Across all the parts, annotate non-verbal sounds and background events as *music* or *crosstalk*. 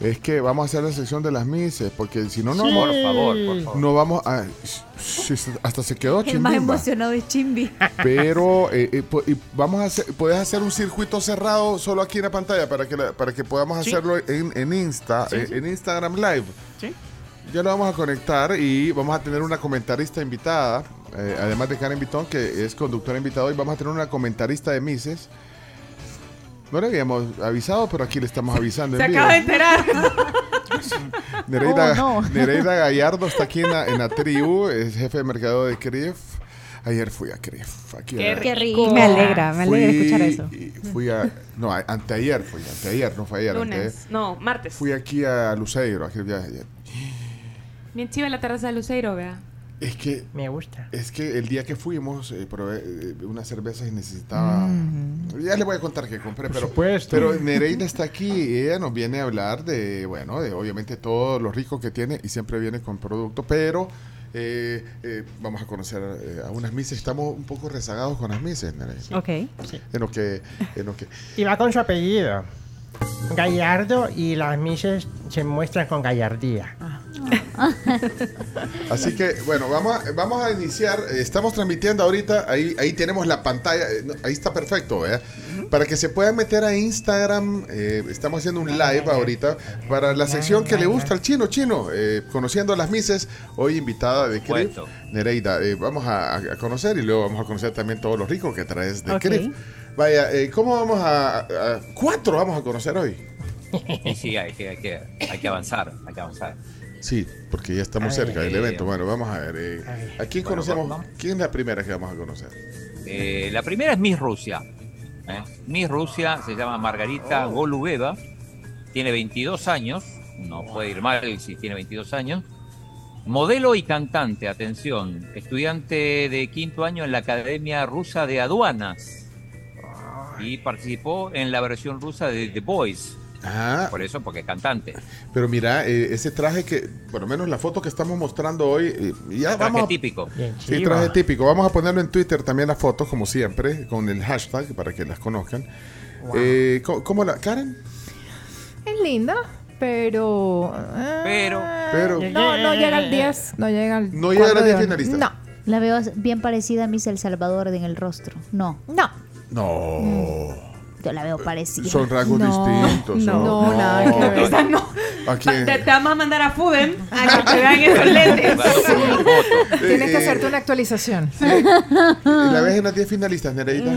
es que vamos a hacer la sección de las mises, porque si no, no, Por favor, por favor. no vamos a... si- si- Hasta se quedó El más chimbimba. emocionado es Chimbi. Pero eh, eh, po- y vamos a hacer, puedes hacer un circuito cerrado solo aquí en la pantalla para que, la- para que podamos Sí. hacerlo en, en Insta, Sí, eh, sí. en Instagram Live. Sí. Ya lo vamos a conectar y vamos a tener una comentarista invitada, eh, además de Karen Vitón, que es conductora invitada, y vamos a tener una comentarista de Mises. No le habíamos avisado, pero aquí le estamos avisando. Se en vivo. acaba de enterar. Nereida, Oh, no. *laughs* Nereida Gallardo está aquí en la, en la tribu, es jefe de mercado de CRIF. Ayer fui a CRIF. Aquí Qué a- rico. Qué rico. Me alegra, me alegra Fui- escuchar eso. y Fui a. No, a- anteayer fui, anteayer, no fue ayer. anteayer. Lunes. No, martes. Fui aquí a Luceiro. aquí ya- ya- Bien chiva la terraza de Luceiro, vea. Es que. Me gusta. Es que el día que fuimos, eh, probé eh, unas cervezas y necesitaba. Ya le voy a contar que compré, pero. supuesto. Pero Nereida está aquí y ella nos viene a hablar de, bueno, de obviamente todo lo rico que tiene y siempre viene con producto, pero. eh, eh, vamos a conocer eh, a unas mises. Estamos un poco rezagados con las mises, Nereida. *laughs* Ok. En lo que. En lo que Y va con su apellido. Gallardo y las mises se muestran con gallardía. Ah. Así que, bueno, vamos a, vamos a iniciar. Eh, Estamos transmitiendo ahorita. Ahí, ahí tenemos la pantalla. Eh, no, Ahí está perfecto, ¿verdad? Para que se puedan meter a Instagram. eh, estamos haciendo un live ahorita para la sección que le gusta al chino. Chino, eh, conociendo a las mises. Hoy invitada de Crip, Supuesto. Nereida. Eh, vamos a, a conocer y luego vamos a conocer también todos los ricos que traes de Ok. Crip. Vaya, eh, ¿cómo vamos a, a- a- Cuatro vamos a conocer hoy. Y sí, hay que, hay, que, hay que avanzar, hay que avanzar. Sí, porque ya estamos A ver. cerca del evento. Bueno, vamos a ver. eh, A ver. ¿A quién Bueno, conocemos? vamos. ¿Quién es la primera que vamos a conocer? Eh, la primera es Miss Rusia. ¿eh? Miss Rusia se llama Margarita Golubeva, tiene 22 años, no puede ir mal si tiene 22 años. Modelo y cantante, atención, estudiante de quinto año en la Academia Rusa de Aduanas y participó en la versión rusa de The Voice, Ah, por eso, porque es cantante. pero mira, eh, ese traje que, por lo menos la foto que estamos mostrando hoy, eh, ya Traje vamos a- típico. Bien, Sí, chiva. traje típico. Vamos a ponerlo en Twitter también las fotos, como siempre, con el hashtag para que las conozcan. Eh, ¿cómo, cómo la, Karen? Es linda, pero. ah, Pero- Pero- No, no llega al 10. No llega al. No llega al cuadro 10 de honor. finalista. No. La veo bien parecida a Miss El Salvador en el rostro. No, No. No. yo la veo parecida. Eh, Son rasgos No, distintos. no, son- no, nada que ver. Esa no. ¿A *laughs* quién? Te, te vamos a mandar a Fudem a que te vean esos lentes. Tienes que eh, hacerte una actualización. ¿La ves en las 10 finalistas, Nereida?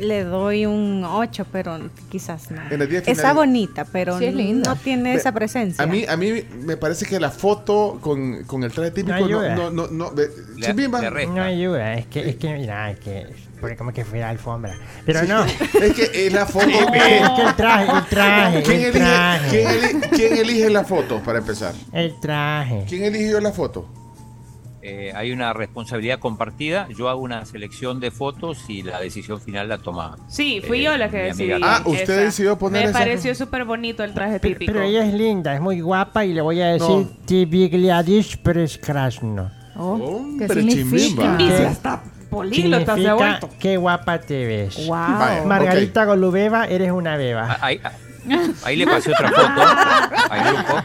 Le doy un 8, pero quizás no. En el día Está final- bonita, pero Sí, es linda. no tiene esa presencia. A mí, a mí me parece que la foto con, con el traje típico no, ayuda. no, no, no, ve- Le- Chimbimba. le re- No ayuda, es que, es que, mira, es que, porque como que fue la alfombra. Ah, Pero Sí. no, Es que es la *laughs* foto. es que el traje, el traje, ¿Quién el elige, quién traje, eli- quién elige la foto para empezar? el traje. ¿Quién eligió la foto? Eh, hay una responsabilidad compartida. Yo hago una selección de fotos y la decisión final la toma. Sí, fui Eh, yo la que mi decidí. amiga. Ah, usted esa. decidió poner Me esa- pareció súper bonito el traje Pero, típico. pero ella es linda, es muy guapa y le voy a decir No. Tibigliadis Preskrasno. Oh, ¿Qué Hombre, significa? chimbimba. Y si ¿Qué? hasta políglota se ha Significa vuelto. qué guapa te ves. Wow. Vaya. Margarita Golubeva, eres una beba. Ah, Ahí, ah, ahí le pasé otra foto. Al grupo.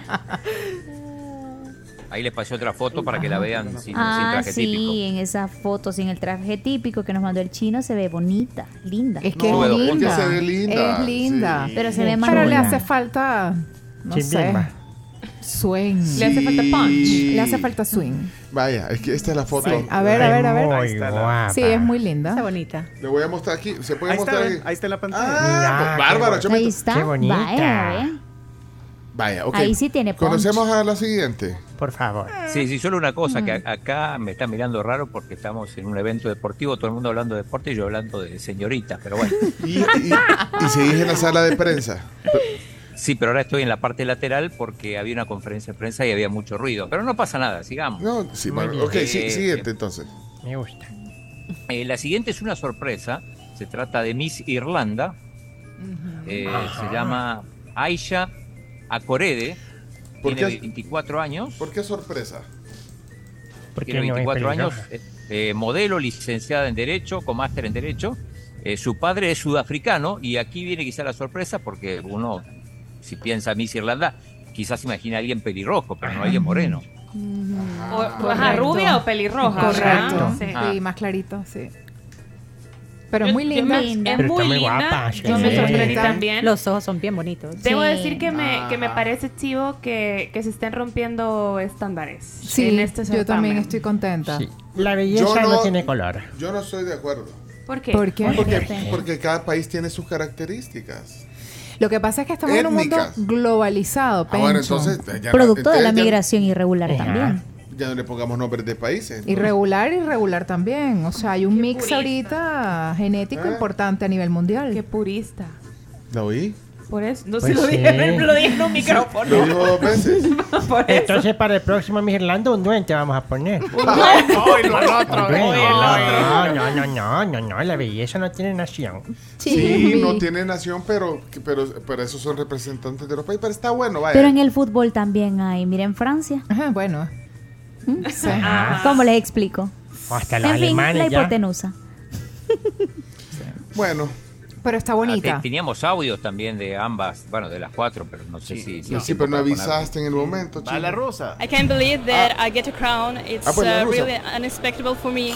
Ahí le pasé otra foto para que la vean sin, sin Ah, traje sí, típico. en esas fotos y en el traje típico que nos mandó el chino se ve bonita, linda. Es que No, es pero porque linda. se ve linda, Es linda. sí. Pero se ve más Pero le linda. hace falta. No Chimbimba. sé. Swing. Le hace falta punch. Le hace falta swing. Vaya, es que esta es la foto. Sí, a ver, a Es ver, a ver. Muy guapa. Sí, es muy Está linda. bonita. Le voy a mostrar aquí. ¿Se puede Ahí está, mostrar ven, aquí? ahí está la pantalla. Ah, Mira, bárbaro. qué yo me- Ahí está. Qué bonita. Vaya, ve. Vaya, ok. Ahí sí tiene punch. Conocemos a la siguiente. Por favor. Sí, sí, solo una cosa, Mm. que a- acá me está mirando raro porque estamos en un evento deportivo, todo el mundo hablando de deporte y yo hablando de señoritas, pero bueno. Y, y, y se dice en la sala de prensa. Sí, pero ahora estoy en la parte lateral porque había una conferencia de prensa y había mucho ruido. Pero no pasa nada, sigamos. No, sí, Muy bueno, bien. ok, sí, Eh, siguiente entonces. Me gusta. Eh, la siguiente es una sorpresa. Se trata de Miss Irlanda. Eh, se llama Aisha Acorede. ¿Por Tiene qué? 24 años. ¿Por qué sorpresa? Porque tiene no es 24 años. peligrosa. eh, eh, modelo, licenciada en Derecho, con máster en Derecho. Eh, su padre es sudafricano y aquí viene quizá la sorpresa porque uno si piensa Miss Irlanda, quizás imagina a alguien pelirrojo, pero no a alguien moreno. O, o- ajá, Correcto. rubia o pelirroja. Correcto. ¿verdad? Sí. Ah. Sí, más clarito, sí. Pero es Yo- muy yo linda. me- Linda. Es Pero muy está muy linda. guapa, Yo me sí. sorprendí Linda. también. Los ojos son bien bonitos. Debo Sí. decir que me, que me Ajá. parece chivo que, que se estén rompiendo estándares. Sí, en este certamen. yo también estoy contenta. Sí. La belleza no... no- tiene color. Yo no estoy de acuerdo. ¿Por qué? ¿Por qué? Porque, porque cada país tiene sus características. Ah, Lo que pasa es que estamos Étnicas. en un mundo globalizado, Ah, bueno, Pencho. entonces. eh, ya no- Producto de la entonces ya- migración irregular Ajá. también. Ya no le pongamos nombres de países. Irregular, irregular también. O sea, hay un mix purista. ahorita genético Ah. importante a nivel mundial. Qué purista. ¿Lo oí? Por eso. No Pues se lo sí. dije, *laughs* lo dije en un micrófono. Lo dijo dos *laughs* veces. *laughs* Por eso. Entonces, para el próximo Miss Irlanda, un duende vamos a *laughs* poner. Hoy lo el otro. Hombre, hoy el no, otro. no, no, no, no, no, la belleza no tiene nación. Sí, no tiene nación, pero, pero, pero esos son representantes de los países. Pero está bueno, vaya. Pero en el fútbol también hay. Mira, en Francia. Ajá, bueno. Sí. Ah. ¿Cómo les explico? Hasta los En fin, la alemanes ya. hipotenusa. Bueno, Pero está Ah, bonita. te- Teníamos audios también de ambas, bueno, de las cuatro, pero no sé si... si sí, hay tiempo pero no para poner. avisaste en el momento, Va la chico. rosa. I can't believe that I get a crown. It's Ah, pues la uh, rusa. really unexpected for me.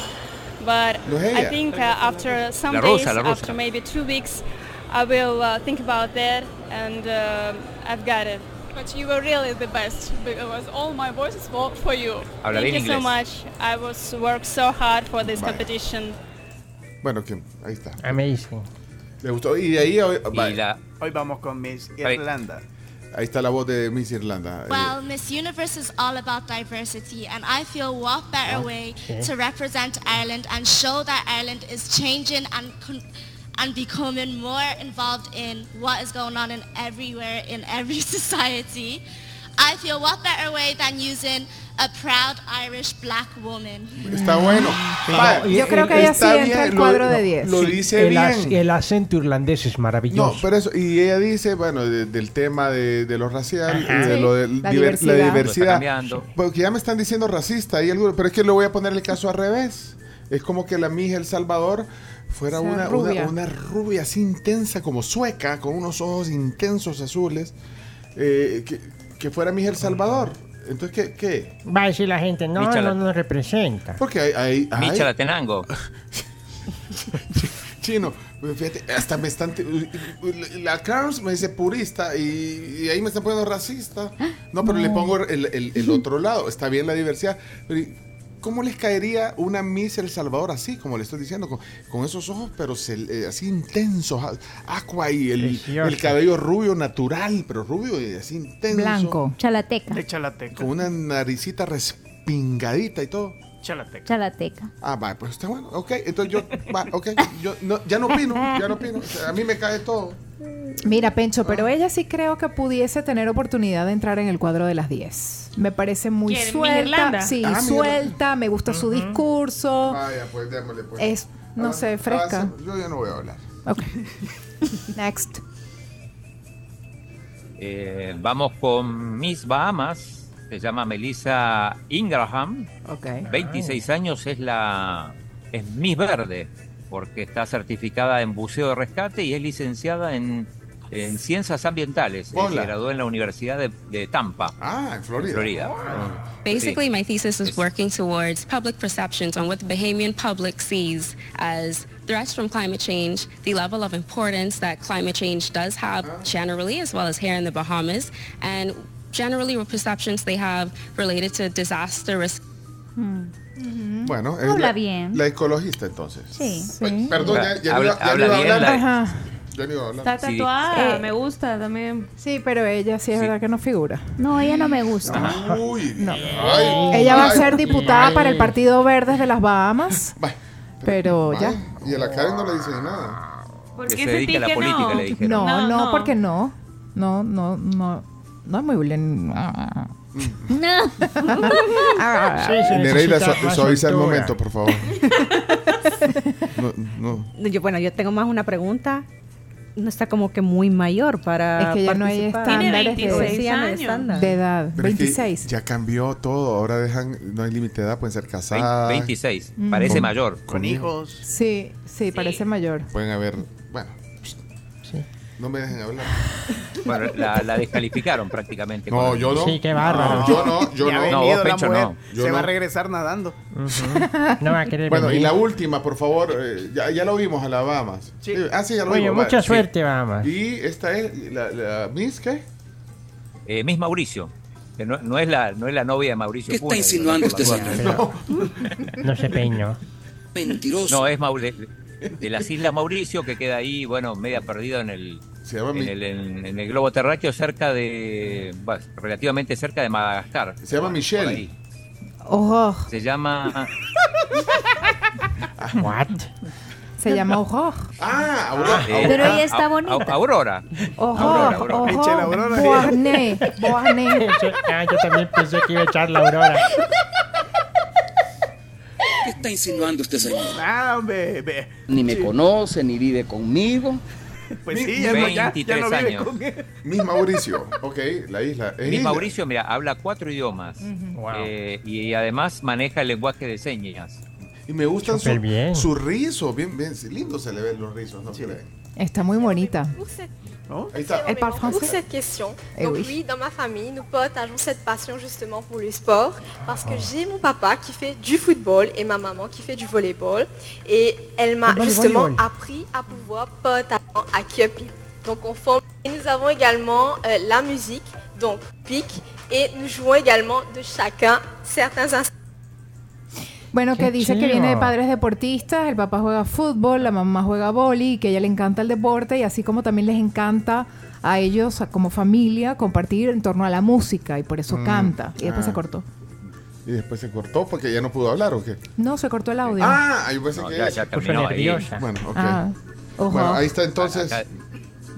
But No es I ella. think uh, after some La rusa, days, la rusa. after maybe two weeks, I will uh, think about that and uh, I've got it. But you were really the best because all my voices were for you. Habla Thank bien you so inglés. much. I was worked so hard for this Vaya. competition. Bueno, Kim, ahí está. Ah, Amazing. Le gustó. Y de ahí, hoy- Y vaya, la, Hoy vamos con Miss ver. Irlanda. ahí está la voz de Miss Irlanda. Eh, Well, Miss Universe is all about diversity, and I feel what better way to represent Ireland and show that Ireland is changing and con- and becoming more involved in what is going on in everywhere in every *laughs* society. I feel what better way than using a proud Irish black woman. está bueno. Vaya, y- Yo creo que ella sí está entra bien, al lo- cuadro de 10. Lo dice el, ac- bien. el acento irlandés es No, maravilloso. pero eso, y ella dice, bueno, de- del tema de, de lo racial, y de Sí, lo de diver- la la diversidad. Lo está diversidad. cambiando. porque ya me están diciendo racista y algo, pero es que le voy a poner el caso al revés. Es como que la mija El Salvador fuera O sea, una, rubia. Una, una rubia así intensa, como sueca, con unos ojos intensos azules, eh, que, que fuera mija El Salvador. Entonces, ¿qué? qué? Va a decir la gente, no, Michala. no nos representa. Porque hay... hay, hay- Micha Tenango. Chino, pues, fíjate, hasta me están. La Carms me dice purista y, y ahí me están poniendo racista. No, pero le pongo el, el- el otro lado. Está bien la diversidad. Pero ¿y ¿Cómo les caería una Miss El Salvador así, como le estoy diciendo? Con, con esos ojos, pero se- eh, así intensos. a- Aqua y el, Precioso. el cabello rubio natural, pero rubio y así intenso. Oh. Blanco. Chalateca. Eh. Chalateca. Con una naricita respingadita y todo. Chalateca. Chalateca. Ah, va, pues está bueno. Ok, entonces yo, va, ok, yo no, ya no opino, ya no opino. O sea, a mí me cae todo. Mira, Pencho, pero ella sí creo que pudiese tener oportunidad de entrar en el cuadro de las 10. Me parece muy ¿Quién? ¿Miss suelta. Irlanda? Sí, Ah, Miss suelta, me gusta su discurso. Vaya, pues démosle, pues. Es, no Ah, sé, fresca. ah, Yo ya no voy a hablar. Ok. *laughs* Next. Eh, vamos con Miss Bahamas. Se llama Melissa Ingraham. Ah. Ok. 26 años es la es Miss Verde porque está certificada en buceo de rescate y es licenciada en, en ciencias ambientales. Eh, Hola. Se graduó en la Universidad de, de Tampa, Ah, en Florida. Ah. en Florida. Basically, my thesis is working towards public perceptions on what the Bahamian public sees as threats from climate change, the level of importance that climate change does have generally, as well as here in the Bahamas, and generally what perceptions they have related to disaster risk Mm. Mm. Bueno, es Habla la, bien. La ecologista, entonces. Sí. Ay, Perdón, ya, ya Habla- no iba- ya no habla iba a bien hablar. Ajá. Ya no iba a hablar. Está Sí. tatuada. Eh. ah, Me gusta también. Sí, pero ella sí es Sí. verdad que no figura. No, ella no me Ah. gusta. Uy, No. ay, Ella va a ay. ser diputada para el Partido Verde de las Bahamas. Va, Pero ya. va. Y a la Karen no le dice nada. ¿Por Que qué se sentí dedica a la que política, no? le dijeron. No, no, No, no. porque no. No, no, no. No es muy bien. Sí, se Ah. Nereida, necesita su- más suaviza el altura. momento, por *laughs* favor. No, no. Yo, bueno, yo tengo más una pregunta. No está como que muy mayor para Es que ya no hay participar. Tiene estándares de- 26 Sí, ya no hay años. estándar. *laughs* De edad, Pero es que 26. ya cambió todo. Ahora dejan, no hay límite de edad, pueden ser casadas. 26, parece Con- mayor. Con hijos. Sí, sí, parece mayor. Pueden haber, bueno. Sí. No me dejen hablar. Bueno, la, la descalificaron prácticamente. No, con- yo no. Sí, qué bárbaro. No, Ah. yo no, yo Ya ha no. No, vos, venido la Pencho, mujer. no. Yo Se va a no. regresar nadando. No va a querer Bueno, y venir. la última, por favor. eh, ya, ya lo vimos a la Bahamas. Sí. Ah, sí, ya lo Oye, vimos. mucha vale, sí. suerte, vamos. Y esta es la, la Miss, ¿qué? Eh, Miss Mauricio. que no, no es la, no es la novia de Mauricio ¿Qué está Puna, insinuando este digo, usted, la- señor? Pero *laughs* no se peñó. Mentiroso. No, es Mau- de, de las Islas Mauricio, que queda ahí, bueno, media perdido en el, Se llama, en mi- el, en- en el globo terráqueo, cerca de. bueno, relativamente cerca de Madagascar. Se llama Por Michelle. ahí. Ojo. Se llama. What? Se llama Ojo. Ah, Aurora. eh, Pero ella está Au- bonita. Au- Aurora. Aurora, Ojo. Aurora. Ojo. Michelle Aurora. Boasné. Boasné. Yo- ah, yo también pensé que iba a echar la aurora. ¿Qué está insinuando usted, señor? Nada, Ah, hombre. ve. Ni me conoce, ni vive conmigo. Pues Mi- sí, ya no, ya, ya 23 no vive años. con él. Miss Mauricio. Ok, la isla. Es Miss isla. Mauricio, mira, habla cuatro idiomas. Wow. eh, y además maneja el lenguaje de señas. Y me gustan su, Súper bien. su rizo. Bien, bien lindo se le ven los rizos, ¿no creen? Está muy bonita. Pour cette, ¿No? Ahí está. Elle parle pour français cette question. Eh Donc oui. oui. dans ma famille, nos potes avons cette passion justement pour le sport parce que j'ai mon papa qui fait du football et ma maman e qui fait du e volleyball et elle m'a Football, justement volleyball. ah, appris à pouvoir pote à, à cup. Donc on forme et nous avons également euh, la musique donc pique et nous jouons également de chacun certains instruments. Bueno, Qué que dice que chido. viene de padres deportistas, el papá juega fútbol, la mamá juega boli, que a ella le encanta el deporte y así como también les encanta a ellos a- como familia compartir en torno a la música y por eso Mm, canta. Y después ah. se cortó. Y después se cortó porque ya no pudo hablar, ¿o qué? No, se cortó el audio. Ah, ahí pensé No, que... ya, ya Puso terminó ahí. nerviosa. Bueno, ok. Ah, ojo. Bueno, ahí está entonces. Acá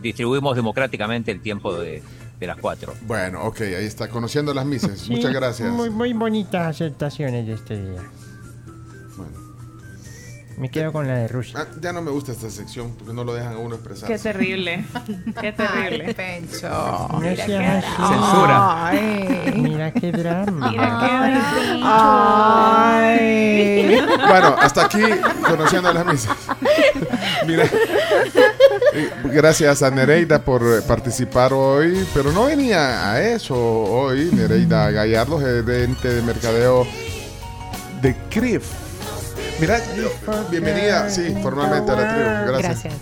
distribuimos democráticamente el tiempo de, de las cuatro. Bueno, ok, ahí está. Conociendo las mises. Sí, Muchas gracias. Muy, muy bonitas aceptaciones de este día. Bueno. Me quedo con la de Rusia. Ah, ya no me gusta esta sección porque no lo dejan a uno expresar. Qué terrible. Qué terrible. Ah. Pencho. No seas así. Censura. Ay. Mira qué drama. Ay. Bueno, hasta aquí conociendo las misas. *laughs* Mira. eh, Gracias a Nereida por eh, participar hoy, pero no venía a eso hoy. Nereida Gallardo, gerente de mercadeo de CRIF. Mira, bienvenida, sí, formalmente a la tribu. Gracias. Gracias.